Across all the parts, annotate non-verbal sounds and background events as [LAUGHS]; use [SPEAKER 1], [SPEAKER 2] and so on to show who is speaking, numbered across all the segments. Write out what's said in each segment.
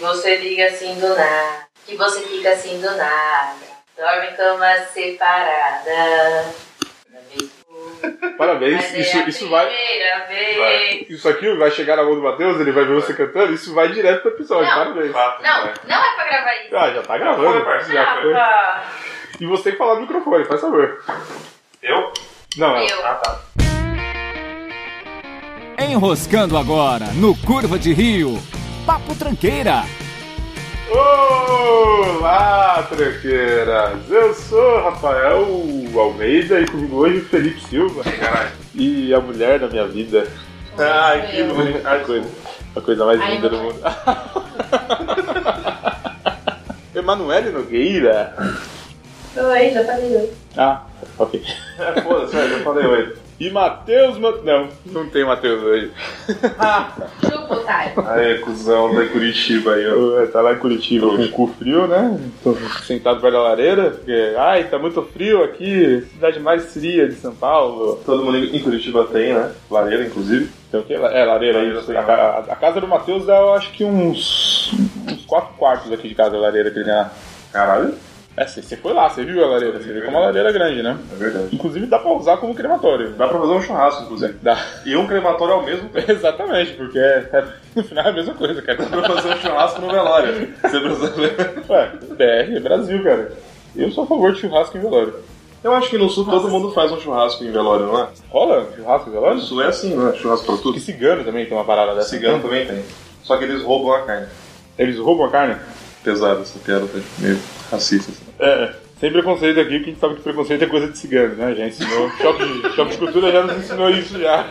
[SPEAKER 1] você liga assim do nada, que você fica assim do nada, dorme em cama separada.
[SPEAKER 2] Parabéns, isso, isso vai.
[SPEAKER 1] é Primeira vez.
[SPEAKER 3] Vai.
[SPEAKER 2] Isso aqui vai chegar na mão do Matheus, ele vai ver você cantando, isso vai direto pro episódio,
[SPEAKER 1] Não.
[SPEAKER 2] parabéns.
[SPEAKER 3] Fato,
[SPEAKER 1] Não,
[SPEAKER 3] né?
[SPEAKER 1] não é pra gravar isso.
[SPEAKER 2] Ah, já tá gravando.
[SPEAKER 3] foi, parceiro, já
[SPEAKER 1] Ah,
[SPEAKER 3] foi.
[SPEAKER 1] pá.
[SPEAKER 2] E você que falar no microfone, faz favor.
[SPEAKER 3] Eu?
[SPEAKER 2] Não, é. ela.
[SPEAKER 1] Eu.
[SPEAKER 3] Ah, tá.
[SPEAKER 4] Enroscando agora no Curva de Rio. Papo Tranqueira.
[SPEAKER 2] Olá, tranqueiras! Eu sou Rafael Almeida e comigo hoje Felipe Silva.
[SPEAKER 3] Caralho. Ah,
[SPEAKER 2] E a mulher da minha vida.
[SPEAKER 3] Ai, que
[SPEAKER 1] Eu.
[SPEAKER 3] bonito.
[SPEAKER 2] A coisa, a coisa mais
[SPEAKER 1] Ai,
[SPEAKER 2] linda do
[SPEAKER 1] mamãe.
[SPEAKER 2] mundo. [LAUGHS] Emanuele Nogueira.
[SPEAKER 1] Oi, já falei oi.
[SPEAKER 2] Ah, ok.
[SPEAKER 3] É, Foda-se, eu falei oi.
[SPEAKER 2] E Matheus... Man- Não, não tem Matheus hoje.
[SPEAKER 1] Chupa, Thay.
[SPEAKER 3] Aí, cuzão da Curitiba aí, ó.
[SPEAKER 2] Eu- Tá lá em Curitiba com o cu frio, né? Tô sentado perto da lareira, porque, ai, tá muito frio aqui, cidade mais fria de São Paulo.
[SPEAKER 3] Todo mundo em Curitiba tem, né? Lareira, inclusive.
[SPEAKER 2] Tem o que? É, lareira aí.
[SPEAKER 3] Lareira tem,
[SPEAKER 2] A, ca- a casa do Matheus dá, eu acho que uns, uns quatro quartos aqui de casa, a lareira que ele tem lá.
[SPEAKER 3] Caralho.
[SPEAKER 2] É, você você foi lá, você viu a lareira, você viu como a lareira é grande, né?
[SPEAKER 3] É verdade.
[SPEAKER 2] Inclusive dá pra usar como crematório.
[SPEAKER 3] Dá pra fazer um churrasco, inclusive.
[SPEAKER 2] [LAUGHS] Dá.
[SPEAKER 3] E um crematório ao mesmo tempo. [LAUGHS]
[SPEAKER 2] Exatamente, porque é- é- no final é a mesma coisa, cara.
[SPEAKER 3] Pra fazer um churrasco no velório. Você precisa ver.
[SPEAKER 2] Ué, BR é Brasil, cara. Eu sou a favor de churrasco em velório.
[SPEAKER 3] Eu acho que no sul todo mundo faz um churrasco em velório, não é?
[SPEAKER 2] Rola churrasco em velório?
[SPEAKER 3] No sul é assim, né? Churrasco pra
[SPEAKER 2] Que
[SPEAKER 3] tudo.
[SPEAKER 2] cigano também tem uma parada dessa.
[SPEAKER 3] É,
[SPEAKER 2] né?
[SPEAKER 3] Cigano também tem. Só que eles roubam a carne.
[SPEAKER 2] Eles roubam a carne?
[SPEAKER 3] Pesado, essa piada tá meio racista. Assim.
[SPEAKER 2] É. Sem preconceito aqui, porque a gente sabe que preconceito é coisa de cigano, né? Já ensinou. [LAUGHS] Choque de, choque de cultura já nos ensinou isso já.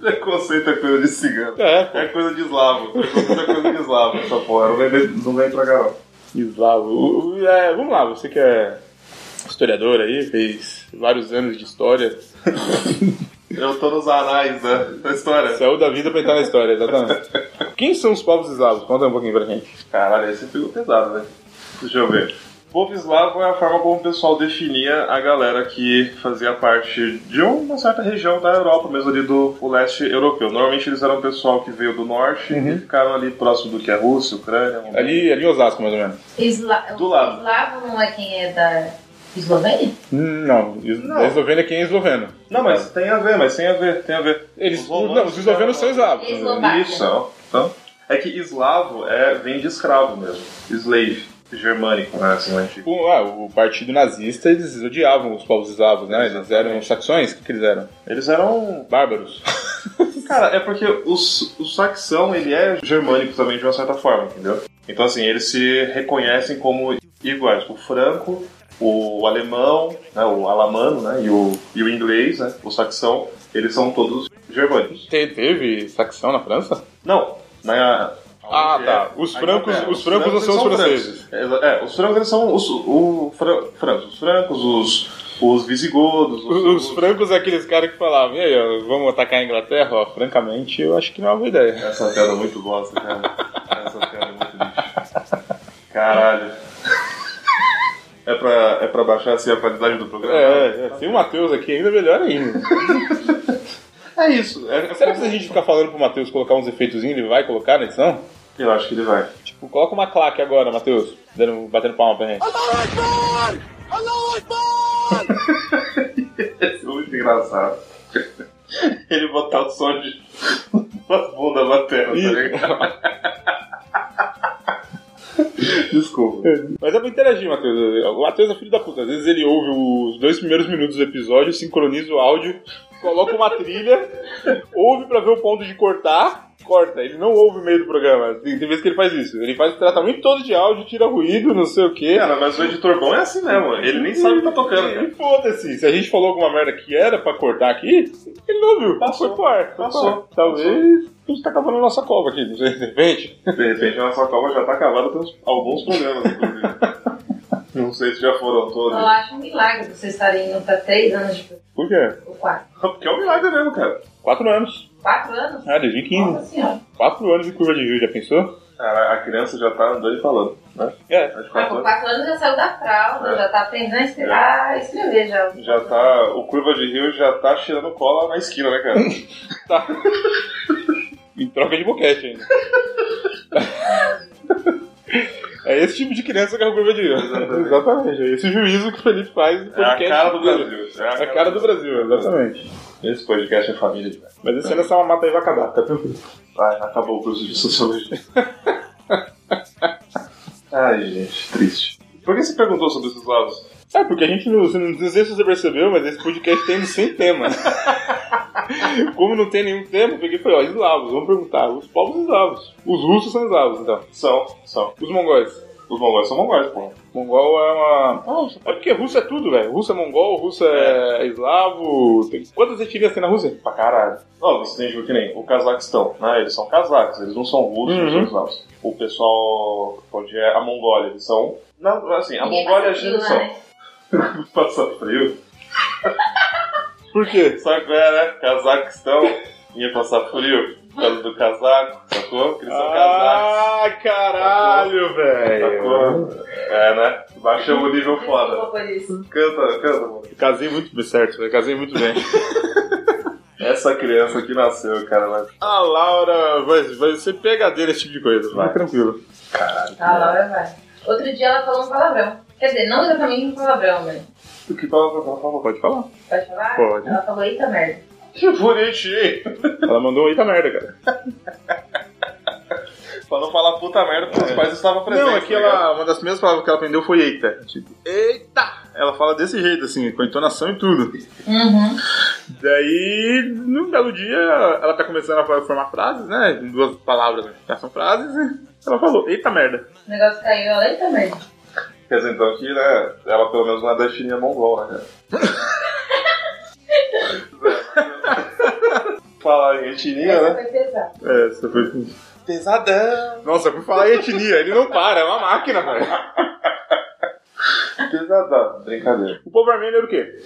[SPEAKER 3] Preconceito é coisa de cigano.
[SPEAKER 2] É, pô.
[SPEAKER 3] É coisa de eslavo. Preconceito é coisa de eslavo, essa porra. Não vem, não vem pra cá, não.
[SPEAKER 2] Eslavo. O- o- é, vamos lá, você que é historiador aí, fez vários anos de história.
[SPEAKER 3] Eu tô nos anais da, da história.
[SPEAKER 2] Saiu da vida pra entrar na história, exatamente. Quem são os povos eslavos? Conta um pouquinho pra gente.
[SPEAKER 3] Caralho, esse pegou pesado, né? Deixa eu ver. Povo eslavo é a forma como o pessoal definia a galera que fazia parte de uma certa região da Europa, mesmo ali do o leste europeu. Normalmente eles eram o pessoal que veio do norte e ficaram ali próximo do que é Rússia, Ucrânia. Hungria.
[SPEAKER 2] Ali, ali em Osasco, mais ou menos.
[SPEAKER 1] Isla...
[SPEAKER 3] Do lado.
[SPEAKER 1] Eslavo não é quem é da Eslovênia?
[SPEAKER 2] Hum, Não, es-
[SPEAKER 3] Não.
[SPEAKER 2] a Eslovênia quem é esloveno.
[SPEAKER 3] Não, mas tem a ver, mas tem a ver, tem a ver.
[SPEAKER 2] Eles, os,
[SPEAKER 3] romanos
[SPEAKER 2] não, os né? eslovenos são
[SPEAKER 3] eram-
[SPEAKER 2] eslavos.
[SPEAKER 1] Eslo-
[SPEAKER 3] Isso, são. Então, é que eslavo é, vem de escravo mesmo. Slave, germânico, né? Assim, o antigo.
[SPEAKER 2] O, ah, o partido nazista, eles odiavam os povos eslavos, né? Eles eram saxões? O que, que eles eram?
[SPEAKER 3] Eles eram
[SPEAKER 2] Bárbaros.
[SPEAKER 3] Cara, é porque o, s- o saxão, ele é germânico também, de uma certa forma, entendeu? Então, assim, eles se reconhecem como iguais. O franco, o alemão, né, o alamano, né, e o, e o inglês, né, o saxão, eles são todos germânicos.
[SPEAKER 2] Te- teve saxão na França?
[SPEAKER 3] Não, na...
[SPEAKER 2] Ah,
[SPEAKER 3] onde
[SPEAKER 2] tá. Os
[SPEAKER 3] a
[SPEAKER 2] francos-
[SPEAKER 3] Inglaterra.
[SPEAKER 2] os francos
[SPEAKER 3] eles
[SPEAKER 2] são os
[SPEAKER 3] francos.
[SPEAKER 2] franceses.
[SPEAKER 3] Exa- É, os francos, eles são os, o, fran, francos, os francos, os, os visigodos,
[SPEAKER 2] Os, os francos é aqueles caras que falavam, e aí, ó, vamos atacar a Inglaterra? Ó, francamente, eu acho que não é uma boa ideia.
[SPEAKER 3] Essa piada é muito bosta, cara. Essa piada é muito lixo. Caralho. É pra, é pra baixar assim, a qualidade do programa?
[SPEAKER 2] É, é, tem o Matheus aqui ainda melhor ainda.
[SPEAKER 3] É isso. É, é
[SPEAKER 2] Será que se a gente ficar falando pro Matheus colocar uns efeitozinhos, ele vai colocar na edição?
[SPEAKER 3] Eu acho que ele vai.
[SPEAKER 2] Tipo, coloca uma claque agora, Matheus, dando- batendo palma pra gente.
[SPEAKER 3] É muito engraçado. Ele botar o som de as bundas batendo,
[SPEAKER 2] Ih.
[SPEAKER 3] tá ligado? Desculpa.
[SPEAKER 2] [LAUGHS] Mas é pra interagir, Matheus. O Matheus é filho da puta. Às vezes ele ouve os dois primeiros minutos do episódio, sincroniza o áudio, coloca uma
[SPEAKER 3] [LAUGHS]
[SPEAKER 2] trilha, ouve pra ver o ponto de cortar, corta. Ele não ouve o meio do programa. Tem, tem vezes que ele faz isso. Ele faz o tratamento todo de áudio, tira ruído, não sei o quê.
[SPEAKER 3] Cara, mas o editor bom é assim mesmo. Ele nem sabe que tá tocando, cara.
[SPEAKER 2] E foda-se, se a gente falou alguma merda que era pra cortar aqui, ele não ouviu.
[SPEAKER 3] Passou.
[SPEAKER 2] Foi pro ar. foi
[SPEAKER 3] Passou.
[SPEAKER 2] pro ar. Talvez a gente tá cavando a nossa cova aqui, não sei, de repente.
[SPEAKER 3] De repente a nossa Copa já tá acabada, tem uns- alguns problemas, inclusive.
[SPEAKER 2] [LAUGHS]
[SPEAKER 3] Não sei se já foram
[SPEAKER 1] Eu
[SPEAKER 3] todos.
[SPEAKER 1] acho um milagre vocês estarem indo pra três anos de
[SPEAKER 2] Por quê?
[SPEAKER 1] ou quatro.
[SPEAKER 3] Porque é um milagre mesmo, cara.
[SPEAKER 2] Quatro anos.
[SPEAKER 1] Quatro anos?
[SPEAKER 2] Ah, 2015.
[SPEAKER 1] Nossa senhora.
[SPEAKER 2] Quatro anos de curva de rio, já pensou?
[SPEAKER 3] Cara, a criança já tá andando e falando, né?
[SPEAKER 2] É.
[SPEAKER 3] Acho que
[SPEAKER 1] Ah, com quatro anos já saiu da fralda,
[SPEAKER 3] É.
[SPEAKER 1] já tá aprendendo a escrever, a escrever já.
[SPEAKER 3] Já tá. O Curva de Rio já tá tirando cola na
[SPEAKER 2] [LAUGHS]
[SPEAKER 3] esquina, né, cara?
[SPEAKER 2] [LAUGHS] Tá. Em troca de boquete ainda. É esse tipo de criança que é o Curva de Rio.
[SPEAKER 3] Exatamente.
[SPEAKER 2] Exatamente. É esse juízo que o Felipe faz no
[SPEAKER 3] É a
[SPEAKER 2] podcast. [LAUGHS]
[SPEAKER 3] cara do Brasil.
[SPEAKER 2] É a cara do Brasil, exatamente.
[SPEAKER 3] Esse podcast é família demais.
[SPEAKER 2] Mas esse ano essa mamata aí vai acabar, tá tranquilo.
[SPEAKER 3] Ai, acabou o curso de
[SPEAKER 2] [LAUGHS]
[SPEAKER 3] sociologia. Ai, gente, triste. Por que você perguntou sobre esses lados?
[SPEAKER 2] É, porque a gente não, você não, não sei se você percebeu, mas esse podcast tem sem [LAUGHS] tema. Como não tem nenhum tema, eu peguei e falei, ó, eslavos, vamos perguntar. Os povos eslavos. Os russos são eslavos, então.
[SPEAKER 3] São, são.
[SPEAKER 2] Os mongóis.
[SPEAKER 3] Os mongóis são mongóis, pô.
[SPEAKER 2] Mongol é uma. Nossa, é porque russo é tudo, velho. Russo é mongol, russo é, eslavo. Tem... Quantas etnias tem na Rússia?
[SPEAKER 3] Pra caralho. Não, você tem tipo, que nem o Cazaquistão, né? Eles são casacos, eles não são russos, não são
[SPEAKER 2] Uhum.
[SPEAKER 3] eslavos. O pessoal onde é a Mongólia, eles são. Não, assim, a
[SPEAKER 1] Ninguém
[SPEAKER 3] Mongólia e a
[SPEAKER 1] passa
[SPEAKER 3] China
[SPEAKER 1] frio,
[SPEAKER 3] são. [LAUGHS]
[SPEAKER 1] né?
[SPEAKER 3] Passa frio.
[SPEAKER 2] Por quê?
[SPEAKER 3] Sabe qual é, né?
[SPEAKER 1] [LAUGHS]
[SPEAKER 3] Cazaquistão ia passar frio por causa do casaco, sacou? Porque eles são casacos.
[SPEAKER 2] Ah, caralho, velho.
[SPEAKER 3] Sacou? É, né? Baixamos o nível foda.
[SPEAKER 1] Desculpa por isso.
[SPEAKER 3] Canta, canta, mano.
[SPEAKER 2] Casei muito bem, certo, velho. Casei muito [LAUGHS] bem.
[SPEAKER 3] Essa criança que nasceu, cara, ela...
[SPEAKER 2] a Ah, Laura vai, vai ser pegadeira esse tipo de coisa, vai. Tranquilo.
[SPEAKER 3] Caralho.
[SPEAKER 1] A Laura Tá, vai. Outro dia ela falou um palavrão. Quer dizer, não exatamente um palavrão, mas.
[SPEAKER 3] O que tava pra falar?
[SPEAKER 2] Pode falar.
[SPEAKER 1] Pode falar?
[SPEAKER 2] Pode.
[SPEAKER 1] Ela falou, eita merda.
[SPEAKER 3] Que bonitinho!
[SPEAKER 2] Ela mandou um eita merda, cara.
[SPEAKER 3] [LAUGHS] Pra não falar puta merda, porque os pais estavam presentes.
[SPEAKER 2] Não, é que
[SPEAKER 3] tá ligado?
[SPEAKER 2] ela, uma das primeiras palavras que ela aprendeu foi eita. Tipo, eita! Ela fala desse jeito, assim, com entonação e tudo.
[SPEAKER 1] Uhum.
[SPEAKER 2] Daí, num belo dia, ela tá começando a formar frases, né? Em duas palavras, né? Já são frases, e ela falou, eita merda.
[SPEAKER 1] O negócio caiu, ela, eita merda.
[SPEAKER 3] Quer dizer, então, que, né, ela pelo menos não é da etnia mongol, né, cara? falar em etnia,
[SPEAKER 1] Essa
[SPEAKER 3] né?
[SPEAKER 1] foi pesada.
[SPEAKER 2] É, essa foi.
[SPEAKER 3] Pesadão!
[SPEAKER 2] Nossa, por falar em etnia, ele não para, é uma máquina, cara.
[SPEAKER 3] Pesadão. Brincadeira.
[SPEAKER 2] O povo armênio era o quê?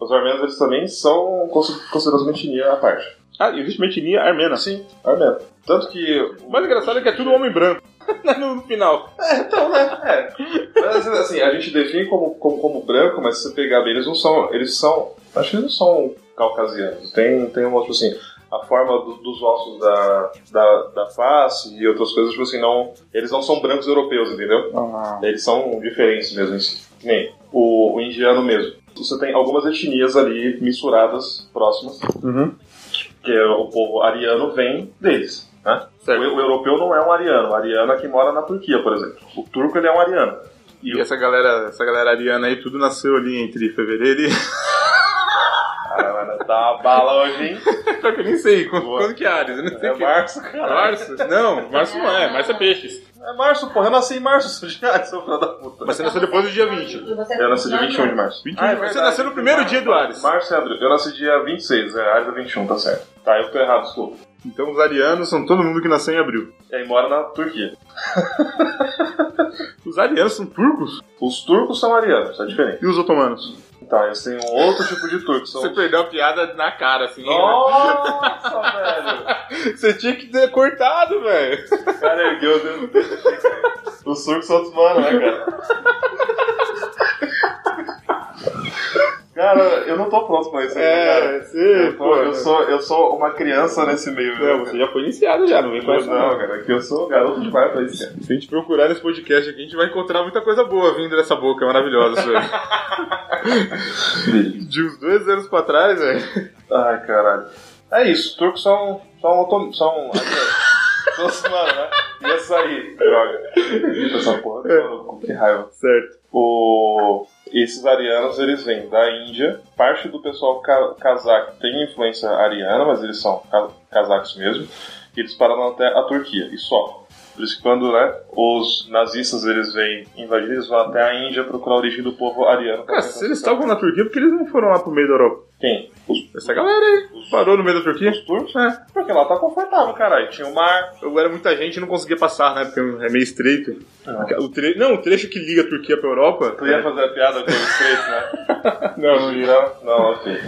[SPEAKER 3] Os armenos, eles também são consi- considerados uma etnia à parte.
[SPEAKER 2] Ah, existe uma etnia armena.
[SPEAKER 3] Sim, armeno. Tanto que...
[SPEAKER 2] O mais engraçado é que é tudo homem branco. [LAUGHS] né, no final.
[SPEAKER 3] Então, né? É. Mas, assim, a gente define como, como, como branco, mas se você pegar bem, eles não são. Eles são. Acho que eles não são caucasianos. Tem, tem uma, tipo assim. A forma do- dos ossos da, da, da face e outras coisas, tipo assim, não. Eles não são brancos europeus, entendeu?
[SPEAKER 2] Ah.
[SPEAKER 3] Eles são diferentes mesmo em si. Que Nem o, o indiano mesmo. Você tem algumas etnias ali misturadas, próximas,
[SPEAKER 2] Uhum.
[SPEAKER 3] que é o povo ariano vem deles, né? O,
[SPEAKER 2] Certo.
[SPEAKER 3] o europeu não é um ariano. O ariano é que mora na Turquia, por exemplo. O turco ele é um ariano.
[SPEAKER 2] E essa galera, essa galera ariana aí, tudo nasceu ali entre fevereiro e. [LAUGHS]
[SPEAKER 3] Caralho, tá uma bala hoje, hein?
[SPEAKER 2] Só que eu nem sei quando,
[SPEAKER 3] Boa.
[SPEAKER 2] quando que é Ares, eu não sei
[SPEAKER 3] É
[SPEAKER 2] que-
[SPEAKER 3] março, caralho.
[SPEAKER 2] Março? Não, março não é, março é peixes.
[SPEAKER 3] É março, porra. Eu nasci em março, [LAUGHS] seu diário, seu filho da puta.
[SPEAKER 2] Mas você nasceu depois do dia 20.
[SPEAKER 1] E você
[SPEAKER 3] Eu nasci dia
[SPEAKER 1] não,
[SPEAKER 3] 21 de
[SPEAKER 1] não.
[SPEAKER 3] março. Ah, é
[SPEAKER 2] 21, você nasceu no primeiro dia do Ares.
[SPEAKER 3] Março é abril. Eu nasci dia 26, é Ares é 21, tá certo. Tá, eu tô errado, desculpa.
[SPEAKER 2] Então os arianos são todo mundo que nasceu em abril.
[SPEAKER 3] E aí mora na Turquia.
[SPEAKER 2] Os arianos são turcos?
[SPEAKER 3] Os turcos são arianos, é diferente.
[SPEAKER 2] E os otomanos?
[SPEAKER 3] Tá, eles têm um outro tipo de turco. São...
[SPEAKER 2] Você perdeu a piada na cara, assim.
[SPEAKER 3] Nossa, [LAUGHS] velho!
[SPEAKER 2] Você tinha que ter cortado, velho.
[SPEAKER 3] O Cara, é ergueu o dedo. Os turcos são outros mano, né, cara? Cara, eu não tô pronto pra isso ainda, cara.
[SPEAKER 2] É, você,
[SPEAKER 3] Eu, tô-
[SPEAKER 2] pô.
[SPEAKER 3] eu sou, eu sou uma criança nesse meio.
[SPEAKER 2] Não,
[SPEAKER 3] né,
[SPEAKER 2] você já foi iniciado já, não vem com
[SPEAKER 3] cara?
[SPEAKER 2] essa
[SPEAKER 3] Não,
[SPEAKER 2] não.
[SPEAKER 3] cara, que eu sou um garoto de quarta aí, cara.
[SPEAKER 2] Se a gente procurar nesse podcast aqui, a gente vai encontrar muita coisa boa vindo dessa boca maravilhosa [LAUGHS] sua. De uns dois anos pra trás, velho.
[SPEAKER 3] Ai, caralho. É isso, turcos são. são. autom- [LAUGHS] são. são os mano, né? É. Ia sair, droga. Eita, essa porra, que raiva.
[SPEAKER 2] Certo.
[SPEAKER 3] O... Esses arianos, eles vêm da Índia. Parte do pessoal ca cazaque tem influência ariana, mas eles são ca casacos mesmo. E eles pararam até a Turquia, e só. Por isso que quando né, os nazistas eles vêm invadir, eles vão até a Índia procurar a origem do povo ariano.
[SPEAKER 2] Cara, se eles estavam na Turquia, por que eles não foram lá pro meio da Europa?
[SPEAKER 3] Quem? Os,
[SPEAKER 2] Essa galera aí. Parou no meio da Turquia?
[SPEAKER 3] os turcos?
[SPEAKER 2] É.
[SPEAKER 3] Porque lá tá confortável, caralho. Tinha o mar.
[SPEAKER 2] Agora muita gente não conseguia passar, né? Porque é meio estreito.
[SPEAKER 3] Não.
[SPEAKER 2] O tre... Não, o trecho que liga a Turquia pra Europa. é.
[SPEAKER 3] Tu ia fazer a piada com os três, né?
[SPEAKER 2] Não, não
[SPEAKER 3] [LAUGHS] Não, não, ok.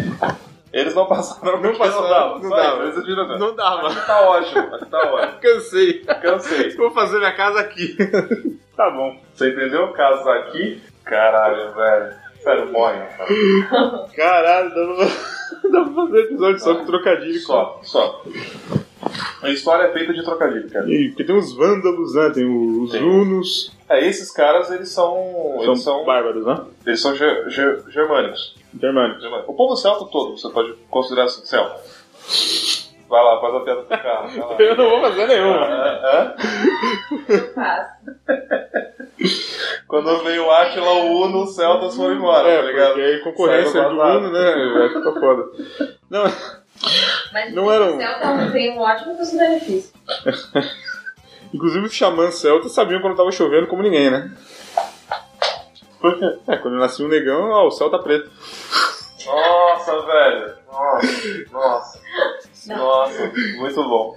[SPEAKER 3] Eles não passaram, não
[SPEAKER 2] passaram,
[SPEAKER 3] Não
[SPEAKER 2] não
[SPEAKER 3] dava,
[SPEAKER 2] dava.
[SPEAKER 3] eles não
[SPEAKER 2] Não dava.
[SPEAKER 3] Aqui tá ótimo, aqui tá ótimo.
[SPEAKER 2] Cansei.
[SPEAKER 3] Cansei.
[SPEAKER 2] Vou fazer minha casa aqui. [LAUGHS] tá bom.
[SPEAKER 3] Você entendeu o caso aqui? Caralho, velho. Sério, morre. cara.
[SPEAKER 2] [LAUGHS] Ah, Caralho, dá pra, dá pra fazer episódio só com trocadilho.
[SPEAKER 3] Só, só. A história é feita de trocadilho, cara.
[SPEAKER 2] E, porque tem os vândalos, né? Tem os
[SPEAKER 3] Tem.
[SPEAKER 2] hunos.
[SPEAKER 3] É, esses caras, eles são.
[SPEAKER 2] São,
[SPEAKER 3] Eles são,
[SPEAKER 2] bárbaros, né?
[SPEAKER 3] eles são ge- ge- germânicos.
[SPEAKER 2] Germânicos.
[SPEAKER 3] O povo celta todo, você pode considerar assim, celta. Vai lá, faz a piada pro carro. vai
[SPEAKER 2] [LAUGHS]
[SPEAKER 3] lá.
[SPEAKER 2] Eu não vou fazer Ah, nenhuma.
[SPEAKER 3] Hã? Hã?
[SPEAKER 1] Eu faço.
[SPEAKER 3] Quando veio o Átila, o Uno, os celtas foram embora, tá ligado?
[SPEAKER 2] É, porque aí concorrência
[SPEAKER 3] Saiu
[SPEAKER 2] do
[SPEAKER 3] vazado.
[SPEAKER 2] mundo, né? Aí fica foda. Não, [LAUGHS]
[SPEAKER 1] Mas
[SPEAKER 2] Não era um-
[SPEAKER 1] o Celta tem um ótimo custo-benefício.
[SPEAKER 2] inclusive os xamãs celtas sabiam quando tava chovendo como ninguém, né? Porque, é, quando nascia um negão, ó, o céu tá preto.
[SPEAKER 3] Nossa, velho. Nossa, nossa.
[SPEAKER 1] Não.
[SPEAKER 3] Nossa, muito bom.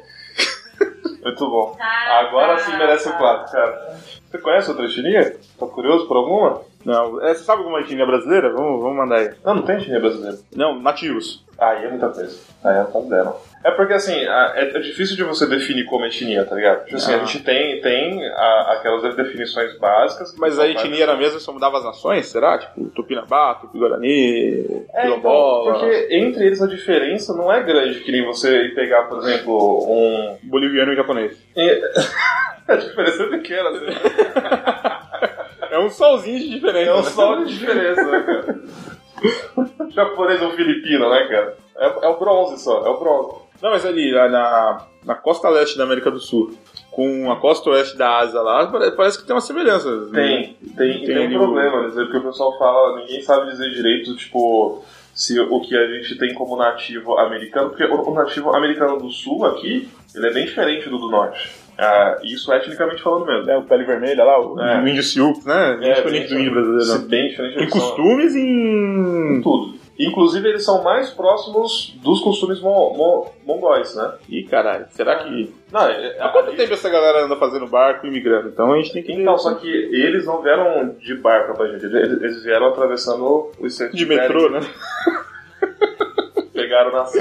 [SPEAKER 3] Muito bom.
[SPEAKER 1] Tá,
[SPEAKER 3] Agora sim merece o quadro, cara. Você conhece outra etnia? Tá curioso por alguma? Ah,
[SPEAKER 2] Não, é, você sabe alguma etnia brasileira? Vamos, vamos mandar aí.
[SPEAKER 3] Não, não tem etnia brasileira.
[SPEAKER 2] Não, nativos.
[SPEAKER 3] Aí é muita coisa. Aí é não deram. É porque assim, a- é é difícil de você definir como etnia, tá ligado? Tipo assim,
[SPEAKER 2] Ah.
[SPEAKER 3] a gente tem, tem a- aquelas definições básicas.
[SPEAKER 2] Mas a etnia era a mesma, só mudava as nações, será? Tipo, Tupinambá, Tupi-Guarani,
[SPEAKER 3] É, então,
[SPEAKER 2] Quilombola,
[SPEAKER 3] porque entre eles a diferença não é grande, que nem você ir pegar, por exemplo, um. [LAUGHS]
[SPEAKER 2] boliviano e japonês.
[SPEAKER 3] A diferença é pequena, assim.
[SPEAKER 2] É um solzinho de diferença.
[SPEAKER 3] É
[SPEAKER 2] né?
[SPEAKER 3] um [LAUGHS] sol de diferença, né, cara? [LAUGHS] Japonês ou filipino, né, cara? É, é o bronze só, é o bronze.
[SPEAKER 2] Não, mas ali, lá na, na costa leste da América do Sul, com a costa oeste da Ásia lá, pare- parece que tem uma semelhança.
[SPEAKER 3] Tem, tem,
[SPEAKER 2] Tem
[SPEAKER 3] e tem,
[SPEAKER 2] ali o-
[SPEAKER 3] problema, né? Porque o pessoal fala, ninguém sabe dizer direito, tipo, se o que a gente tem como nativo americano, porque o, o nativo americano do sul aqui, ele é bem diferente do do norte. Ah, isso etnicamente falando mesmo.
[SPEAKER 2] É, o pele vermelha lá, o,
[SPEAKER 3] É.
[SPEAKER 2] o índio Sioux, né? Bem diferente do índio brasileiro. né?
[SPEAKER 3] Sim, Bem diferente
[SPEAKER 2] Em
[SPEAKER 3] eles são-
[SPEAKER 2] costumes e
[SPEAKER 3] em
[SPEAKER 2] em...
[SPEAKER 3] tudo. Inclusive, eles são mais próximos dos costumes mo- mo- mongóis, né?
[SPEAKER 2] Ih, caralho, será que...
[SPEAKER 3] Não, é-
[SPEAKER 2] Há quanto
[SPEAKER 3] ali-
[SPEAKER 2] tempo essa galera anda fazendo barco e migrando? Então a gente tem que... ver
[SPEAKER 3] Então, só que eles não vieram de barco pra gente, eles eles vieram atravessando o estreito
[SPEAKER 2] De
[SPEAKER 3] Bering,
[SPEAKER 2] metrô, né?
[SPEAKER 3] Pegaram na Sé.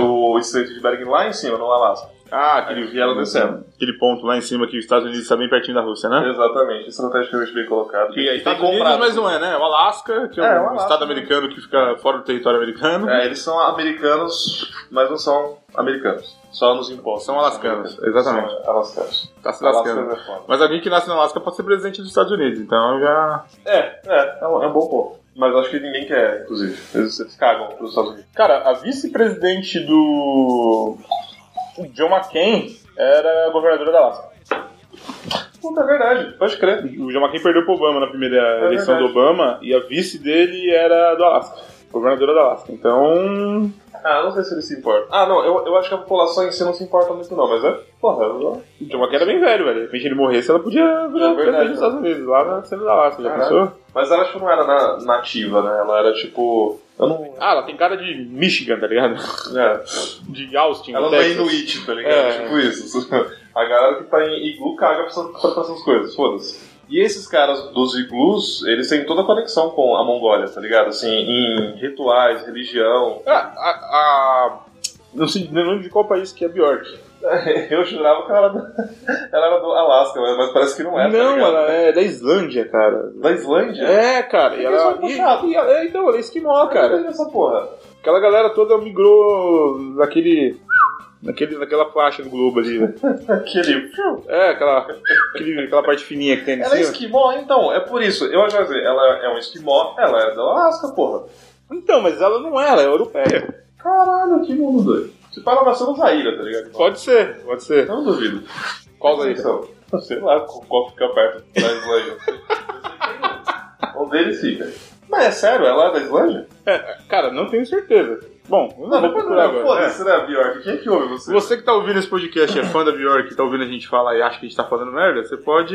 [SPEAKER 3] o estreito de Bering lá em cima, no Alasca.
[SPEAKER 2] Ah,
[SPEAKER 3] Aí vieram descendo.
[SPEAKER 2] Aquele ponto lá em cima que os Estados Unidos está bem pertinho da Rússia, né?
[SPEAKER 3] Exatamente, estrategicamente bem colocado.
[SPEAKER 2] E aí,
[SPEAKER 3] Tem um,
[SPEAKER 2] Estados Unidos,
[SPEAKER 3] tá comprado.
[SPEAKER 2] mas não é, né? O Alasca, que é,
[SPEAKER 3] É, o
[SPEAKER 2] um
[SPEAKER 3] Alasca.
[SPEAKER 2] estado americano que fica fora do território americano.
[SPEAKER 3] É, eles são americanos, mas não são americanos. Só nos impostos.
[SPEAKER 2] São alascanos, exatamente.
[SPEAKER 3] São alascanos.
[SPEAKER 2] Tá se lascando.
[SPEAKER 3] Alascanos é foda.
[SPEAKER 2] Mas alguém que nasce na Alasca pode ser presidente dos Estados Unidos, então já.
[SPEAKER 3] É, é, é um, é um bom ponto. Mas acho que ninguém quer, inclusive. Eles, eles cagam pros Estados Unidos.
[SPEAKER 2] Cara, a vice-presidente do. John McCain era governadora da Alasca.
[SPEAKER 3] Puta, é verdade, pode crer. É
[SPEAKER 2] O John McCain perdeu pro Obama na primeira eleição
[SPEAKER 3] verdade.
[SPEAKER 2] do Obama e a vice dele era do Alasca. Governadora da Alasca. Então.
[SPEAKER 3] Ah, eu não sei se eles se importam. Ah, não, eu, eu acho que a população em si não se importa muito, não, mas é. Porra, eu-
[SPEAKER 2] O John McCain era bem velho, velho. De repente ele morresse, ela podia virar
[SPEAKER 3] É verdade,
[SPEAKER 2] presidente dos
[SPEAKER 3] né?
[SPEAKER 2] Estados Unidos, lá na cena da Alasca, já
[SPEAKER 3] Caralho.
[SPEAKER 2] pensou?
[SPEAKER 3] Mas ela acho que não era na- nativa, né? Ela era tipo. Eu não.
[SPEAKER 2] Ah, ela tem cara de Michigan, tá ligado? [LAUGHS]
[SPEAKER 3] É.
[SPEAKER 2] De Austin,
[SPEAKER 3] Ela não é
[SPEAKER 2] Texas.
[SPEAKER 3] inuit, tá ligado?
[SPEAKER 2] É.
[SPEAKER 3] Tipo isso. [LAUGHS] A galera que tá em iglu caga pra, essa- pra essas coisas, foda-se. E esses caras dos iglus, eles têm toda a conexão com a Mongólia, tá ligado? Assim, em rituais, religião, [LAUGHS]
[SPEAKER 2] Ah, a, a- Não sei não lembro de qual país que é a Bjork.
[SPEAKER 3] Eu jurava que ela era do, [LAUGHS] ela era do Alasca, mas, mas parece que não é. tá
[SPEAKER 2] não,
[SPEAKER 3] ligado?
[SPEAKER 2] ela é da Islândia, cara.
[SPEAKER 3] Da Islândia?
[SPEAKER 2] É, cara. E
[SPEAKER 3] Eles
[SPEAKER 2] ela,
[SPEAKER 3] são puxados.
[SPEAKER 2] e, e ela- é, então, ela é esquimó, cara.
[SPEAKER 3] Olha essa porra.
[SPEAKER 2] Aquela galera toda migrou naquele... Naquele, naquela faixa do globo ali, né?
[SPEAKER 3] Aquele.
[SPEAKER 2] É, aquela, aquele- aquela parte fininha que tem em
[SPEAKER 3] Ela é
[SPEAKER 2] cima.
[SPEAKER 3] esquimó, então. É por isso. Eu acho que ela é um esquimó, ela era do Alasca, porra.
[SPEAKER 2] Então, mas ela não é, ela é europeia.
[SPEAKER 3] Caralho, que mundo doido. Se pá, ela nasceu no Zaira, tá ligado?
[SPEAKER 2] Pode ser, pode ser.
[SPEAKER 3] Não duvido.
[SPEAKER 2] Qual daí?
[SPEAKER 3] Então, [LAUGHS] Sei lá qual qual fica perto da [LAUGHS] Islândia. Um deles fica. Mas é sério, ela é da Islândia?
[SPEAKER 2] Cara, não tenho certeza. Bom, eu não, vou procurar agora. É.
[SPEAKER 3] Foda-se, né, Bjork? Quem é que ouve
[SPEAKER 2] Se
[SPEAKER 3] você?
[SPEAKER 2] você que tá ouvindo esse podcast é fã da Bjork, tá ouvindo a gente falar e acha que a gente tá falando merda, você pode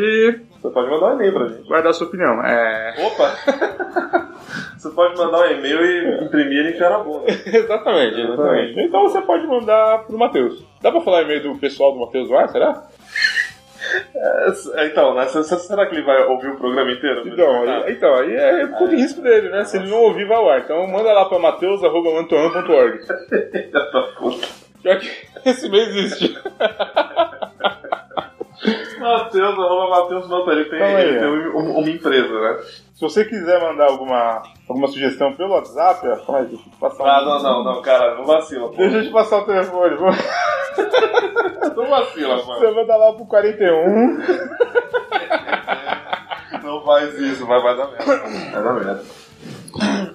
[SPEAKER 3] Você pode mandar um e-mail pra gente.
[SPEAKER 2] guardar a sua opinião. É.
[SPEAKER 3] Opa! [LAUGHS] Você pode mandar um e-mail e imprimir e enfiar na bunda.
[SPEAKER 2] [LAUGHS] exatamente,
[SPEAKER 3] exatamente.
[SPEAKER 2] Então você pode mandar pro Matheus. Dá pra falar e-mail do pessoal do Matheus lá, será?
[SPEAKER 3] É, Então, né, se- se- será que ele vai ouvir o programa inteiro? Ah,
[SPEAKER 2] Então, aí, então, aí é por risco dele, né? Se ele não ouvir, vai ao ar. Então manda lá pra mateus.mantoan.org.
[SPEAKER 3] Filha da puta.
[SPEAKER 2] [LAUGHS] Pior que esse e-mail existe.
[SPEAKER 3] Matheus, arroba Matheus Manta, ele tem,
[SPEAKER 2] Calma aí,
[SPEAKER 3] ele tem
[SPEAKER 2] ó.
[SPEAKER 3] um- uma empresa, né?
[SPEAKER 2] Se você quiser mandar alguma, alguma sugestão pelo WhatsApp, ó, calma aí, deixa eu te passar
[SPEAKER 3] Ah,
[SPEAKER 2] um-
[SPEAKER 3] não, não, não, cara, não vacila, pô.
[SPEAKER 2] Deixa eu te passar o telefone. vou-
[SPEAKER 3] Não vacila, mano.
[SPEAKER 2] Você manda lá pro 41.
[SPEAKER 3] Não faz isso, mas vai dar merda. Vai dar merda.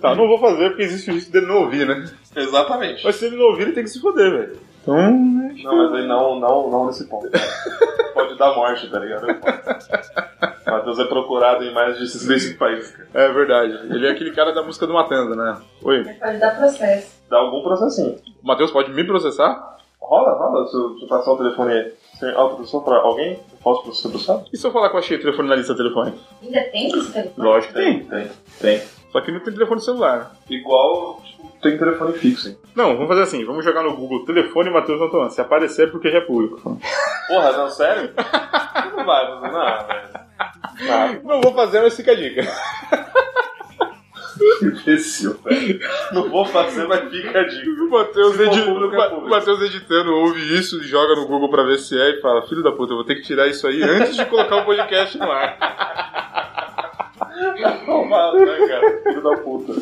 [SPEAKER 2] Tá, não vou fazer porque existe o risco dele não ouvir, né?
[SPEAKER 3] Exatamente.
[SPEAKER 2] Mas se ele não ouvir, ele tem que se foder, velho. Então,
[SPEAKER 3] Não, mas aí não, não, não nesse ponto. Pode dar morte, tá ligado? Matheus é procurado em mais de 65 países, cara.
[SPEAKER 2] é verdade. Ele é aquele cara da música do Matanza, né? Oi,
[SPEAKER 1] Pode dar processo.
[SPEAKER 3] Dá algum processinho.
[SPEAKER 2] o Matheus pode me processar?
[SPEAKER 3] Rola, rola, se eu, se eu passar o telefone sem autorização pra alguém, eu posso ser processado?
[SPEAKER 2] E se eu falar que eu achei o telefone na lista telefônica?
[SPEAKER 1] Ainda tem esse telefone?
[SPEAKER 2] Lógico que tem.
[SPEAKER 3] tem, tem.
[SPEAKER 2] Só que não tem telefone celular.
[SPEAKER 3] Igual, tipo, tem telefone fixo, hein?
[SPEAKER 2] Não, vamos fazer assim, vamos jogar no Google telefone Matheus Antonan. Se aparecer é porque já é público.
[SPEAKER 3] Porra, não, sério? não vai, você não, velho. Nada.
[SPEAKER 2] Não vou fazer, mas fica a dica.
[SPEAKER 3] Imbecil, velho. Não vou fazer, mas fica a dica.
[SPEAKER 2] O Matheus,
[SPEAKER 3] Se for
[SPEAKER 2] edi-
[SPEAKER 3] público, é
[SPEAKER 2] Ma-
[SPEAKER 3] público.
[SPEAKER 2] Matheus editando ouve isso, joga no Google pra ver se é e fala: Filho da puta, eu vou ter que tirar isso aí antes de colocar o podcast no ar.
[SPEAKER 3] Roubado, né, cara? Filho da puta.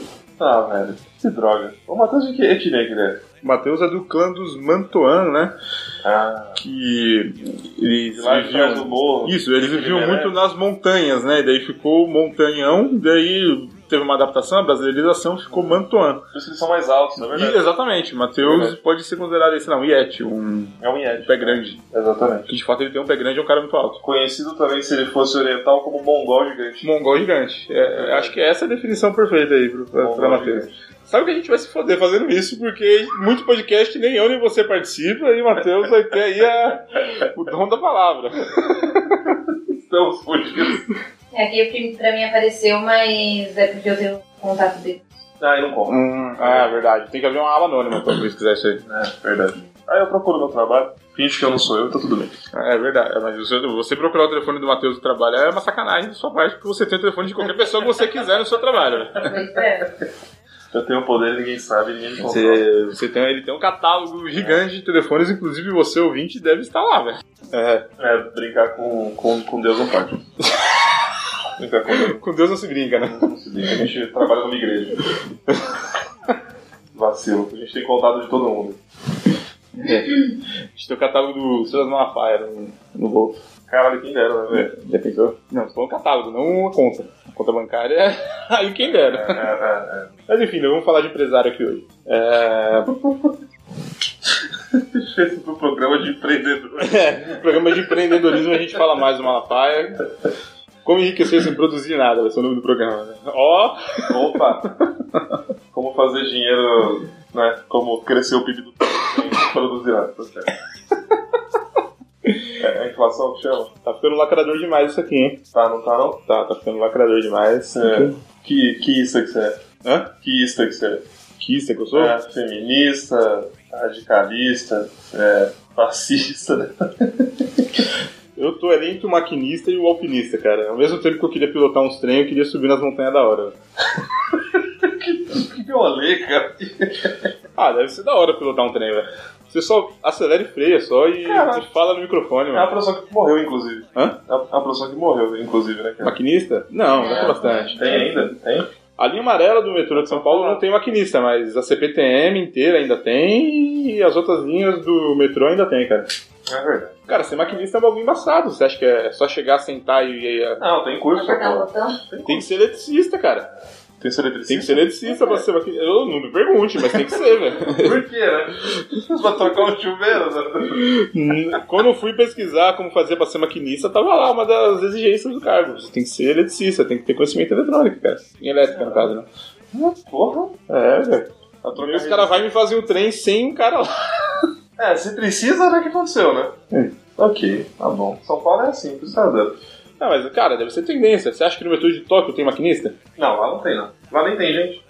[SPEAKER 3] Ah, velho. Que droga. Ô, Matheus, de que etnia que ele é?
[SPEAKER 2] [LAUGHS] Matheus é do clã dos Mantoan, né?
[SPEAKER 3] Ah,
[SPEAKER 2] Que eles
[SPEAKER 3] de lá de trás do
[SPEAKER 2] viviam.
[SPEAKER 3] morro.
[SPEAKER 2] Isso, eles viviam
[SPEAKER 3] Ele é,
[SPEAKER 2] muito
[SPEAKER 3] merece.
[SPEAKER 2] nas montanhas, né? E daí ficou Montanhão, daí teve uma adaptação, a brasileirização, ficou Mantoan.
[SPEAKER 3] Por isso que eles são mais altos, na
[SPEAKER 2] E,
[SPEAKER 3] verdade.
[SPEAKER 2] exatamente, Matheus
[SPEAKER 3] Verdade.
[SPEAKER 2] pode ser considerado, sei lá, um Yeti, um
[SPEAKER 3] É um Yeti.
[SPEAKER 2] pé grande.
[SPEAKER 3] Exatamente.
[SPEAKER 2] Que de fato ele tem um pé grande e é um cara muito alto.
[SPEAKER 3] Conhecido também, se ele fosse oriental, como mongol gigante.
[SPEAKER 2] Mongol gigante. É, eu acho que essa é a definição perfeita aí pro- pra, pra
[SPEAKER 3] Mongol
[SPEAKER 2] Matheus.
[SPEAKER 3] gigante.
[SPEAKER 2] Sabe que a gente vai se foder fazendo isso, porque muito podcast nem eu nem você participa, e o Matheus vai ter aí a- o dom da palavra.
[SPEAKER 3] [LAUGHS] Estamos fugidos.
[SPEAKER 1] É, aqui pra- pra mim apareceu, mas é porque eu tenho o contato dele.
[SPEAKER 3] Ah, eu não compro.
[SPEAKER 2] ah, verdade. Tem que abrir uma ala anônima pra se quiser isso aí.
[SPEAKER 3] É, verdade. Aí eu procuro meu trabalho, finge que eu não sou eu, tá tudo bem.
[SPEAKER 2] É verdade. Mas você, você procurar o telefone do Matheus do trabalho é uma sacanagem da sua parte, porque você tem o telefone de qualquer pessoa que você quiser no seu trabalho. né?
[SPEAKER 1] Pois
[SPEAKER 3] [LAUGHS]
[SPEAKER 1] é.
[SPEAKER 3] Eu tenho poder, ninguém sabe, ninguém me controla.
[SPEAKER 2] Você, você tem, ele tem um catálogo gigante de telefones, inclusive você ouvinte deve estar lá, velho. É.
[SPEAKER 3] É, brincar com, com, com Deus não pode. brincar com Deus
[SPEAKER 2] Com Deus não se brinca, né?
[SPEAKER 3] não se brinca. A gente trabalha numa igreja. Vacilo. A gente tem contato de todo mundo.
[SPEAKER 2] A gente tem o catálogo do Silas Malafaia um no, no bolso.
[SPEAKER 3] Caralho, quem dera, né, velho?
[SPEAKER 2] É, Já pensou? Não, tô falando catálogo, não a conta. A conta bancária é [LAUGHS] aí quem dera.
[SPEAKER 3] É, é, é.
[SPEAKER 2] Mas enfim, né, vamos falar de empresário aqui hoje. É...
[SPEAKER 3] Deixa esse pro programa de empreendedor.
[SPEAKER 2] é, no programa de empreendedorismo a gente fala mais do Malafaia. Como enriquecer sem produzir nada, vai ser o nome do programa, né? Ó,
[SPEAKER 3] Opa! Como fazer dinheiro, né? Como crescer o PIB do país sem produzir nada. Tá certo. É a inflação que chama?
[SPEAKER 2] tá ficando lacrador demais isso aqui, hein?
[SPEAKER 3] Tá, não tá não?
[SPEAKER 2] Tá, tá ficando lacrador demais.
[SPEAKER 3] É. Que, que isso que você é?
[SPEAKER 2] Hã?
[SPEAKER 3] Que isso que você é?
[SPEAKER 2] Que isso é que eu sou?
[SPEAKER 3] É, feminista, radicalista, é, fascista.
[SPEAKER 2] Eu tô ali entre o maquinista e o alpinista, cara. Ao mesmo tempo que eu queria pilotar uns trem, eu queria subir nas montanhas da hora.
[SPEAKER 3] Que violê, cara.
[SPEAKER 2] Ah, deve ser da hora pilotar um trem, velho. Você só acelera e freia só e,
[SPEAKER 3] Caralho.
[SPEAKER 2] e fala no microfone,
[SPEAKER 3] É uma
[SPEAKER 2] mano.
[SPEAKER 3] profissão que morreu, inclusive.
[SPEAKER 2] Hã?
[SPEAKER 3] É uma profissão que morreu, inclusive, né, cara?
[SPEAKER 2] É. Maquinista? Não, não tem
[SPEAKER 1] Não.
[SPEAKER 2] bastante.
[SPEAKER 3] É, Tem ainda? Tem?
[SPEAKER 2] A linha amarela do metrô de São Paulo não tem maquinista, mas a CPTM inteira ainda tem e as outras linhas do metrô ainda tem, cara.
[SPEAKER 3] É verdade.
[SPEAKER 2] Cara, ser maquinista é um bagulho embaçado. Você acha que é só chegar, sentar e. e-
[SPEAKER 3] Não, tem Ah, curso,
[SPEAKER 1] Apertar um
[SPEAKER 3] pô.
[SPEAKER 1] botão?
[SPEAKER 2] Tem que ser eletricista, cara.
[SPEAKER 3] Tem ser
[SPEAKER 2] Tem que ser
[SPEAKER 3] eletricista.
[SPEAKER 2] eletricista pra ser maquinista. Eu não me pergunte, mas tem que ser, [LAUGHS] velho.
[SPEAKER 3] Por quê, né? pra trocar um chuveiro, né?
[SPEAKER 2] Quando eu fui pesquisar como fazer pra ser maquinista, tava lá uma das exigências do cargo. Você tem que ser eletricista, tem que ter conhecimento eletrônico, cara. Em elétrica, no caso, né?
[SPEAKER 3] Porra.
[SPEAKER 2] É, velho. Aí os caras
[SPEAKER 3] vai...
[SPEAKER 2] vão me fazer um trem sem um cara lá.
[SPEAKER 3] É, se precisa, né, que aconteceu, né? Ok, tá bom. São Paulo é assim, por isso tá dando.
[SPEAKER 2] Não, mas, cara, deve ser tendência. Você acha que no metrô de Tóquio tem maquinista?
[SPEAKER 3] Não, lá não tem, não. Lá nem tem, [LAUGHS] gente.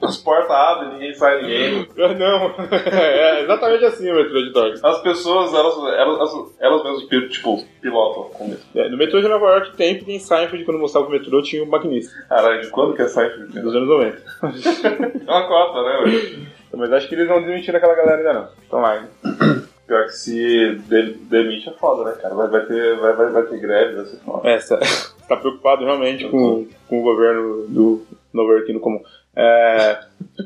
[SPEAKER 3] As portas abrem, ninguém sai, ninguém.
[SPEAKER 2] Eu Não. [LAUGHS] É exatamente assim o metrô de Tóquio.
[SPEAKER 3] As pessoas, elas, elas, elas mesmas, pi- tipo, pilotam com medo.
[SPEAKER 2] É, no metrô de Nova York tem, porque em Seinfeld, quando eu mostrava o metrô, tinha um maquinista.
[SPEAKER 3] Caralho, de quando que é Seinfeld?
[SPEAKER 2] Dos anos 90.
[SPEAKER 3] É uma cota, né, velho?
[SPEAKER 2] [LAUGHS] Mas acho que eles não desmentiram aquela galera ainda não. Então lá.
[SPEAKER 3] Pior que se de- demite é foda, né, cara? Vai, vai, ter, vai, vai, vai ter greve, vai ser foda.
[SPEAKER 2] É, você tá, você [LAUGHS] tá preocupado realmente com, com o governo do Novo Yorkino comum. É,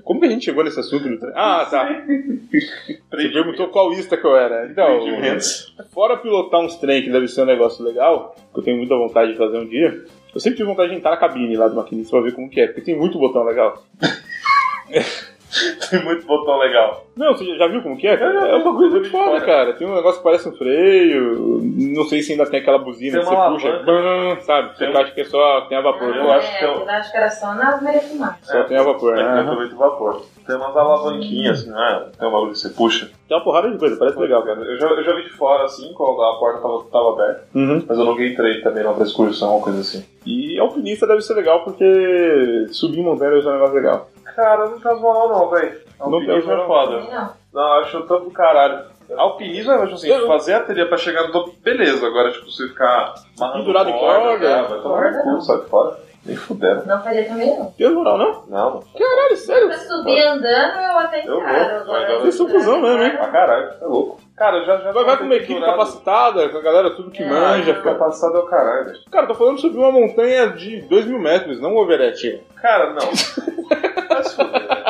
[SPEAKER 2] como que a gente chegou nesse assunto? Lutra? Ah, tá. Você perguntou qual ista que eu era.
[SPEAKER 3] É
[SPEAKER 2] Então,
[SPEAKER 3] Empreendimentos.
[SPEAKER 2] fora pilotar uns trem, que deve ser um negócio legal, que eu tenho muita vontade de fazer um dia, eu sempre tive vontade de entrar na cabine lá do maquinista pra ver como que é, porque tem muito botão legal.
[SPEAKER 3] Tem muito botão legal.
[SPEAKER 2] Não, você já- já viu como que é?
[SPEAKER 3] já vi
[SPEAKER 2] É um bagulho
[SPEAKER 3] de
[SPEAKER 2] muito foda,
[SPEAKER 3] fora.
[SPEAKER 2] cara. Tem um negócio que parece um freio, não sei se ainda tem aquela buzina
[SPEAKER 3] Tem
[SPEAKER 2] que
[SPEAKER 3] uma
[SPEAKER 2] você puxa, bam, sabe? Você
[SPEAKER 3] Tem um-
[SPEAKER 2] acha que é só tem a vapor,
[SPEAKER 3] Eu
[SPEAKER 2] né?
[SPEAKER 3] acho que um-
[SPEAKER 1] é,
[SPEAKER 3] eu-
[SPEAKER 1] eu acho que era só na Americana.
[SPEAKER 2] Só tem a vapor,
[SPEAKER 3] Mas
[SPEAKER 2] né?
[SPEAKER 3] É, tem também do vapor. Tem umas alavanquinhas, assim, né? Tem um bagulho que você puxa.
[SPEAKER 2] Tem uma porrada de coisa, parece legal, cara.
[SPEAKER 3] Eu já, eu já vi de fora, assim, quando a porta tava, tava aberta.
[SPEAKER 2] Uhum.
[SPEAKER 3] Mas eu nunca entrei também numa excursão, uma coisa assim.
[SPEAKER 2] E alpinista deve ser legal porque subir montanha deve ser um negócio legal.
[SPEAKER 3] Cara, não tá bom não, velho. Alpinismo
[SPEAKER 2] não.
[SPEAKER 3] é foda.
[SPEAKER 1] Não.
[SPEAKER 3] Não, eu acho tanto do caralho. Alpinismo é, tipo assim, fazer a trilha pra chegar no topo, beleza. Agora, tipo, você ficar amarrando
[SPEAKER 2] Pendurado em corda.
[SPEAKER 3] cara, vai tomar no
[SPEAKER 1] Corda,
[SPEAKER 3] cu,
[SPEAKER 1] não.
[SPEAKER 3] sai fora. Nem fuderam.
[SPEAKER 1] Não faria também, não.
[SPEAKER 2] Tem moral, não?
[SPEAKER 3] Não,
[SPEAKER 2] Caralho, sério?
[SPEAKER 1] Pra subir andando, eu até
[SPEAKER 3] Eu vou,
[SPEAKER 1] encaro.
[SPEAKER 3] mas
[SPEAKER 1] Agora,
[SPEAKER 3] agora- Vocês
[SPEAKER 2] são cuzão mesmo, hein?
[SPEAKER 3] pra caralho, é louco. Cara, eu já, já
[SPEAKER 2] Vai, vai com uma equipe capacitada, com a galera tudo que
[SPEAKER 1] É.
[SPEAKER 2] tá manja,
[SPEAKER 3] Manja,
[SPEAKER 2] cara.
[SPEAKER 3] capacitado é o caralho. velho.
[SPEAKER 2] Cara, tô falando de subir uma montanha de 2 mil metros, não um Everett.
[SPEAKER 3] Cara, não. Vai se fuder, velho.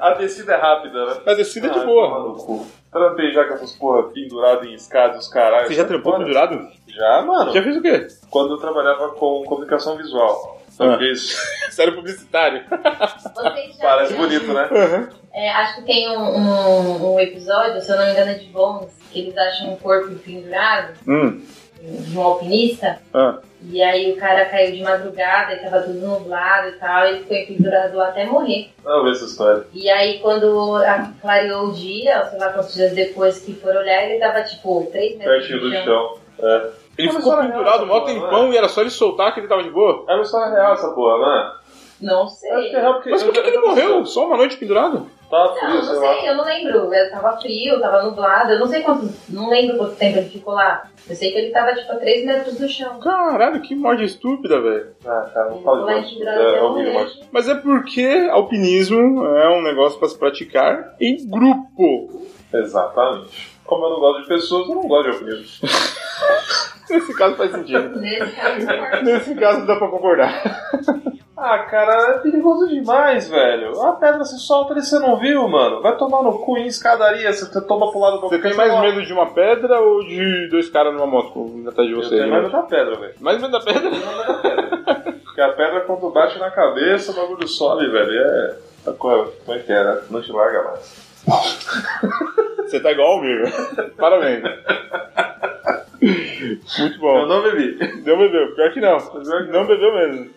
[SPEAKER 3] A descida é rápida, né?
[SPEAKER 2] Mas descida é de
[SPEAKER 3] Ah,
[SPEAKER 2] boa.
[SPEAKER 3] tomar no cu. Trampei já com essas porra pendurada em escada, os caralho.
[SPEAKER 2] Você já
[SPEAKER 3] sai
[SPEAKER 2] trampou
[SPEAKER 3] fora.
[SPEAKER 2] pendurado?
[SPEAKER 3] Já, mano.
[SPEAKER 2] Já fez o
[SPEAKER 3] [LAUGHS]
[SPEAKER 2] quê?
[SPEAKER 3] Quando eu trabalhava com comunicação visual.
[SPEAKER 2] Ah.
[SPEAKER 3] Talvez.
[SPEAKER 2] Sério publicitário.
[SPEAKER 1] vocês já
[SPEAKER 3] [LAUGHS] Parece
[SPEAKER 1] viram?
[SPEAKER 3] bonito, né?
[SPEAKER 2] Ah.
[SPEAKER 1] É, acho que tem um, um- um episódio, se eu não me engano, é de Bones, que eles acham um corpo pendurado
[SPEAKER 2] Hum.
[SPEAKER 1] de um alpinista.
[SPEAKER 2] Ah.
[SPEAKER 1] E aí o cara caiu de madrugada e tava tudo nublado e tal, ele foi pendurado lá até morrer.
[SPEAKER 3] Vamos ver essa história.
[SPEAKER 1] E aí quando a- clareou o dia, ou sei lá quantos dias depois que foram olhar, ele tava tipo 3 metros
[SPEAKER 3] Pertinho
[SPEAKER 1] do
[SPEAKER 3] do
[SPEAKER 1] chão.
[SPEAKER 3] chão. É.
[SPEAKER 2] Ele
[SPEAKER 3] Mas
[SPEAKER 2] ficou
[SPEAKER 3] só na
[SPEAKER 2] pendurado
[SPEAKER 3] real,
[SPEAKER 2] mó
[SPEAKER 3] essa porra,
[SPEAKER 2] tempão e era só ele soltar que ele tava de boa.
[SPEAKER 3] É uma história real essa porra, né?
[SPEAKER 1] Não
[SPEAKER 3] Eu acho
[SPEAKER 1] sei.
[SPEAKER 3] que é real porque.
[SPEAKER 2] Mas por que, que ele morreu? Só uma noite pendurado?
[SPEAKER 3] Tava
[SPEAKER 1] Não,
[SPEAKER 3] Tá frio,
[SPEAKER 1] não
[SPEAKER 3] sei lá.
[SPEAKER 1] sei, eu não lembro. Eu tava frio, tava nublado, eu não sei quanto. Não lembro quanto tempo ele ficou lá. Eu sei que ele tava tipo a 3 metros do chão.
[SPEAKER 2] Caralho, que morte estúpida, velho.
[SPEAKER 3] Ah, cara, não fala de
[SPEAKER 1] Lá
[SPEAKER 3] morte.
[SPEAKER 1] de Grau até
[SPEAKER 3] É, ouvi de
[SPEAKER 1] morrer.
[SPEAKER 3] morte.
[SPEAKER 2] Mas é porque alpinismo é um negócio pra se praticar em grupo.
[SPEAKER 3] Exatamente. Como eu não gosto de pessoas, eu não gosto de alpinismo.
[SPEAKER 2] Nesse caso faz sentido.
[SPEAKER 3] [LAUGHS]
[SPEAKER 1] Nesse caso,
[SPEAKER 2] Nesse caso dá pra concordar.
[SPEAKER 3] Ah, cara, é perigoso demais, velho. A pedra se solta ali, você não viu, mano. Vai tomar no cu em escadaria, você você toma pro lado do
[SPEAKER 2] Você tem mais medo de uma pedra ou de dois caras numa moto com- atrás de
[SPEAKER 3] Eu
[SPEAKER 2] você?
[SPEAKER 3] tenho mais
[SPEAKER 2] né?
[SPEAKER 3] medo da pedra, velho.
[SPEAKER 2] Mais medo da pedra?
[SPEAKER 3] Porque a pedra, quando bate na cabeça, o bagulho sobe, velho. E É. a co- Como é que era? Não te larga mais.
[SPEAKER 2] Você tá igual ao meu. [LAUGHS] Parabéns. Muito
[SPEAKER 3] Eu
[SPEAKER 2] bom.
[SPEAKER 3] não bebi.
[SPEAKER 2] Não bebeu. Pior que não.
[SPEAKER 3] Pior que não.
[SPEAKER 2] Não bebeu mesmo.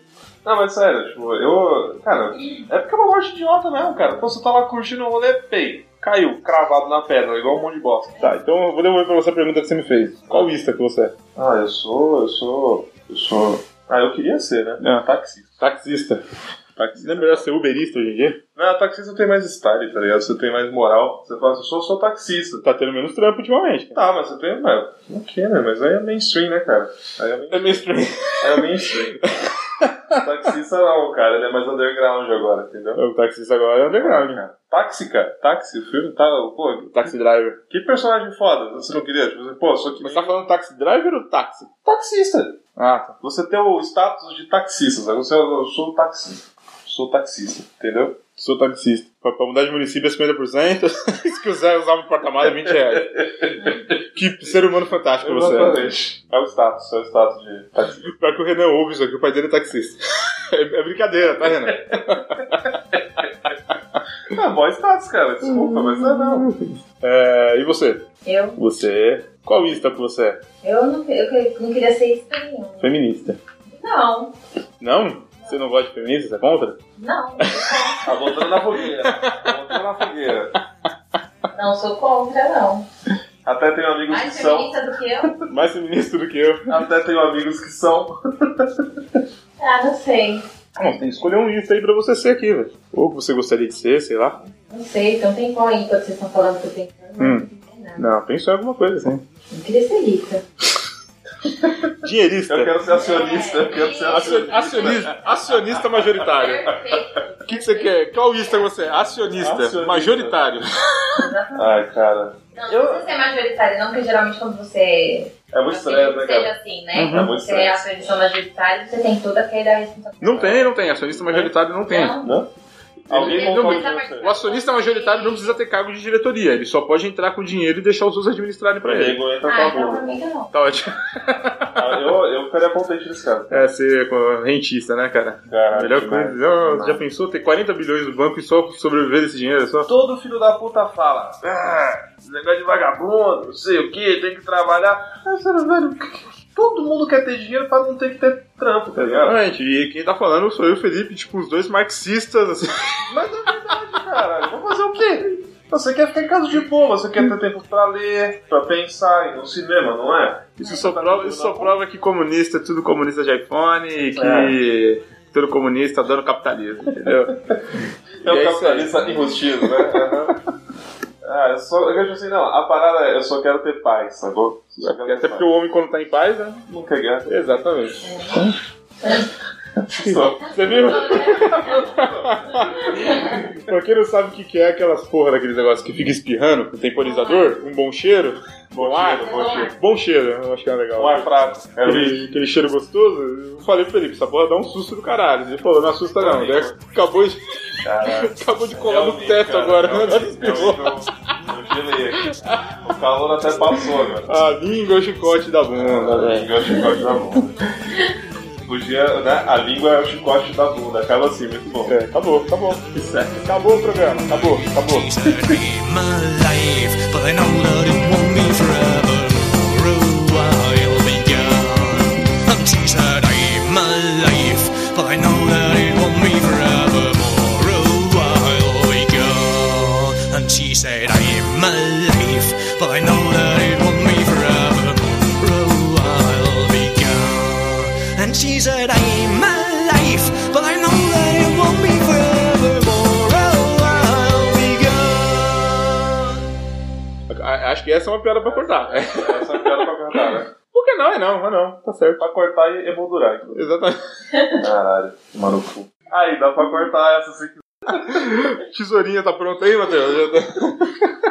[SPEAKER 3] Não, mas sério, tipo, eu. Cara, é porque é uma morte idiota mesmo, cara. Pô, você tá lá curtindo o rolê, pei. Caiu, cravado na pedra, igual um monte de bosta.
[SPEAKER 2] Tá, então eu vou devolver pra você a pergunta que você me fez. Qual vista que você é?
[SPEAKER 3] Ah, eu sou. Eu sou. Eu sou. Ah, eu queria ser, né?
[SPEAKER 2] Não.
[SPEAKER 3] Taxista.
[SPEAKER 2] Taxista.
[SPEAKER 3] Taxista.
[SPEAKER 2] Não é melhor ser uberista hoje em dia?
[SPEAKER 3] Não, É, taxista tem mais style, tá ligado? Você tem mais moral. Você fala assim, eu sou, sou taxista.
[SPEAKER 2] Tá tendo menos trampo ultimamente. cara.
[SPEAKER 3] Tá, mas você tem. Mas, o quê, né? Mas aí é mainstream, né, cara? Aí é mainstream.
[SPEAKER 2] É mainstream.
[SPEAKER 3] Aí é mainstream.
[SPEAKER 2] [LAUGHS]
[SPEAKER 3] taxista não, cara. Ele é mais underground agora, entendeu?
[SPEAKER 2] O taxista agora é underground, cara.
[SPEAKER 3] Táxi, cara. Táxi, o filme tá. Pô,
[SPEAKER 2] Taxi driver.
[SPEAKER 3] que personagem foda. Você não queria? Tipo, assim, pô, sou que
[SPEAKER 2] Mas
[SPEAKER 3] nem
[SPEAKER 2] tá falando taxi driver ou táxi?
[SPEAKER 3] taxista.
[SPEAKER 2] Ah, tá.
[SPEAKER 3] Você tem o status de taxista, sabe? Você, é eu sou taxista. Sou taxista, entendeu?
[SPEAKER 2] Sou taxista. Pra, pra mudar de município é 50%. [LAUGHS] Se quiser usar um porta-malas é 20 reais. que ser humano fantástico você é.
[SPEAKER 3] Exatamente. É o status, é o status de [LAUGHS] taxista.
[SPEAKER 2] Pior que o Renan ouve isso aqui, o pai dele é taxista. [LAUGHS] É, é brincadeira, tá, Renan?
[SPEAKER 3] É bom status, cara. Desculpa, mas não é não.
[SPEAKER 2] É, e você?
[SPEAKER 1] eu,
[SPEAKER 2] Você é. Qual ista que você é?
[SPEAKER 1] eu, não, eu que- não queria ser isso nenhum.
[SPEAKER 2] Feminista.
[SPEAKER 1] Não,
[SPEAKER 2] Não? Você não gosta de feminista? Você é contra?
[SPEAKER 1] não,
[SPEAKER 3] Tá voltando na fogueira. Tá voltando na fogueira.
[SPEAKER 1] não sou contra, não.
[SPEAKER 3] Até tenho amigos que
[SPEAKER 1] Mais
[SPEAKER 3] são.
[SPEAKER 1] feminista do que eu?
[SPEAKER 2] Mais feminista do que eu.
[SPEAKER 3] Até tenho amigos que são.
[SPEAKER 1] Ah, não sei.
[SPEAKER 2] Não, tem que escolher um ista aí pra você ser aqui, velho. Ou que você gostaria de ser, sei lá.
[SPEAKER 1] Não sei, então tem qual aí quando vocês estão falando que eu tenho que fazer?
[SPEAKER 2] Hum.
[SPEAKER 1] Não tem nada.
[SPEAKER 2] Não, pensa em alguma coisa, assim.
[SPEAKER 1] Eu queria ser rica.
[SPEAKER 2] Dinheirista.
[SPEAKER 3] Eu quero ser acionista. Eu quero
[SPEAKER 1] É.
[SPEAKER 3] ser
[SPEAKER 2] Acio-
[SPEAKER 3] acionista.
[SPEAKER 2] Acionista, acionista majoritário.
[SPEAKER 1] Perfeito.
[SPEAKER 2] [LAUGHS] O que, que você quer? Calista você? é? Acionista,
[SPEAKER 3] Acionista.
[SPEAKER 2] majoritário.
[SPEAKER 3] Ai, cara.
[SPEAKER 1] Não, não precisa ser majoritário, não, porque geralmente quando você.
[SPEAKER 3] É muito estresse,
[SPEAKER 1] Seja
[SPEAKER 3] né, cara?
[SPEAKER 1] assim, né?
[SPEAKER 3] É
[SPEAKER 1] Quando
[SPEAKER 3] muito
[SPEAKER 1] você é acionista majoritário, você tem toda aquela responsabilidade. Ah,
[SPEAKER 2] Não tem, não tem. Acionista majoritário não tem.
[SPEAKER 1] Não,
[SPEAKER 3] Não?
[SPEAKER 1] é um Ele tá
[SPEAKER 3] Alguém
[SPEAKER 1] não
[SPEAKER 3] confunde
[SPEAKER 1] precisa
[SPEAKER 3] você.
[SPEAKER 2] O acionista majoritário não precisa ter cargo de diretoria. Ele só pode entrar com dinheiro e deixar os outros administrarem pra
[SPEAKER 3] Pra
[SPEAKER 2] ele.
[SPEAKER 3] Diego entra
[SPEAKER 1] ah,
[SPEAKER 3] com a
[SPEAKER 1] então pra
[SPEAKER 3] burra.
[SPEAKER 1] mim que não.
[SPEAKER 2] Tá ótimo.
[SPEAKER 3] Ah, Eu, eu ficaria contente nesse caso.
[SPEAKER 2] É, ser pô, rentista, né, cara?
[SPEAKER 3] Caralho,
[SPEAKER 2] Melhor
[SPEAKER 3] demais,
[SPEAKER 2] coisa. Ó,
[SPEAKER 3] demais.
[SPEAKER 2] já pensou ter 40 bilhões no banco e só sobreviver desse dinheiro? É Só...
[SPEAKER 3] Todo filho da puta fala, ah, esse negócio de vagabundo, não sei o que, tem que trabalhar. Mas, cara, velho, todo mundo quer ter dinheiro pra não ter que ter trampo, tá ligado?
[SPEAKER 2] Exatamente. E quem tá falando sou eu e o Felipe, tipo, os dois marxistas, assim.
[SPEAKER 3] Mas é verdade, cara, vou fazer o quê? Você quer ficar em casa de boa, você quer ter tempo pra ler, pra pensar, ir no cinema, não é?
[SPEAKER 2] Isso só prova, isso só prova que comunista é tudo comunista de iPhone e que todo comunista adora o capitalismo, entendeu?
[SPEAKER 3] É
[SPEAKER 2] E
[SPEAKER 3] o
[SPEAKER 2] é isso aí.
[SPEAKER 3] capitalista [LAUGHS]
[SPEAKER 2] [LAUGHS]
[SPEAKER 3] enrustido, né? Aham. Ah, eu só. Eu acho assim, não, a parada é, eu só quero ter paz, sacou? Só quero
[SPEAKER 2] Até
[SPEAKER 3] ter
[SPEAKER 2] porque
[SPEAKER 3] paz.
[SPEAKER 2] o homem quando tá em paz, né?
[SPEAKER 3] Não quer guerra.
[SPEAKER 2] Exatamente.
[SPEAKER 3] Só-
[SPEAKER 2] Você viu? pra quem não sabe o que que é aquelas porra daqueles negócios que fica espirrando, um temporizador, um bom cheiro, bom ar,
[SPEAKER 3] cheiro, bom cheiro.
[SPEAKER 2] bom cheiro, eu acho que é legal.
[SPEAKER 3] Um ar fraco. Era isso.
[SPEAKER 2] Aquele, aquele cheiro gostoso, eu falei pro Felipe, essa porra dá um susto do caralho. Ele falou, não assusta não. Daí acabou de,
[SPEAKER 3] Caralho.
[SPEAKER 2] [LAUGHS] acabou de colar no
[SPEAKER 3] Realmente,
[SPEAKER 2] teto
[SPEAKER 3] É cara, É
[SPEAKER 2] [LAUGHS] agora, né?
[SPEAKER 3] realmente,
[SPEAKER 2] Nós espirrou.
[SPEAKER 3] realmente Eu eu gelei aqui. O calor até passou, cara.
[SPEAKER 2] A língua é o chicote da bunda,
[SPEAKER 3] A
[SPEAKER 2] velho.
[SPEAKER 3] língua é o chicote da bunda. Podia, né? A língua é o chicote da bunda. Acaba assim, muito bom.
[SPEAKER 2] É, acabou, acabou. Acabou o programa, acabou, acabou.
[SPEAKER 5] my life, but I know that it won't be forever. For a while I'll be gone. I'm teachered, I'm my life, but I know that it won't be forever. For a while I'll be gone. And she said, I'm my life, but I know that it won't be forever. For a while I'll be gone. And she said, I'm my life, but I know that it won't be forever. For a while I'll be gone.
[SPEAKER 2] A- Acho que essa é uma piada pra cortar.
[SPEAKER 3] Essa é a piada pra cortar, né?
[SPEAKER 2] [LAUGHS] Por que não? É não, é não, tá certo.
[SPEAKER 3] Pra cortar e emoldurar. inclusive.
[SPEAKER 2] Exatamente.
[SPEAKER 3] Caralho, maluco. Aí, dá pra cortar essa se quiser.
[SPEAKER 2] [LAUGHS] Tesourinha tá pronta aí, Matheus? Já tá- [LAUGHS]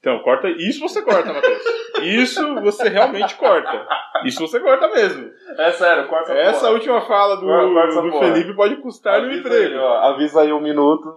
[SPEAKER 2] Então, corta. Isso você corta, Matheus. Isso você realmente corta. Isso você corta mesmo.
[SPEAKER 3] É sério, corta
[SPEAKER 2] Essa
[SPEAKER 3] porra.
[SPEAKER 2] última fala do,
[SPEAKER 3] Corta essa
[SPEAKER 2] do
[SPEAKER 3] porra.
[SPEAKER 2] Felipe pode custar-lhe um
[SPEAKER 3] Avisa aí,
[SPEAKER 2] emprego.
[SPEAKER 3] ó, avisa aí um minuto.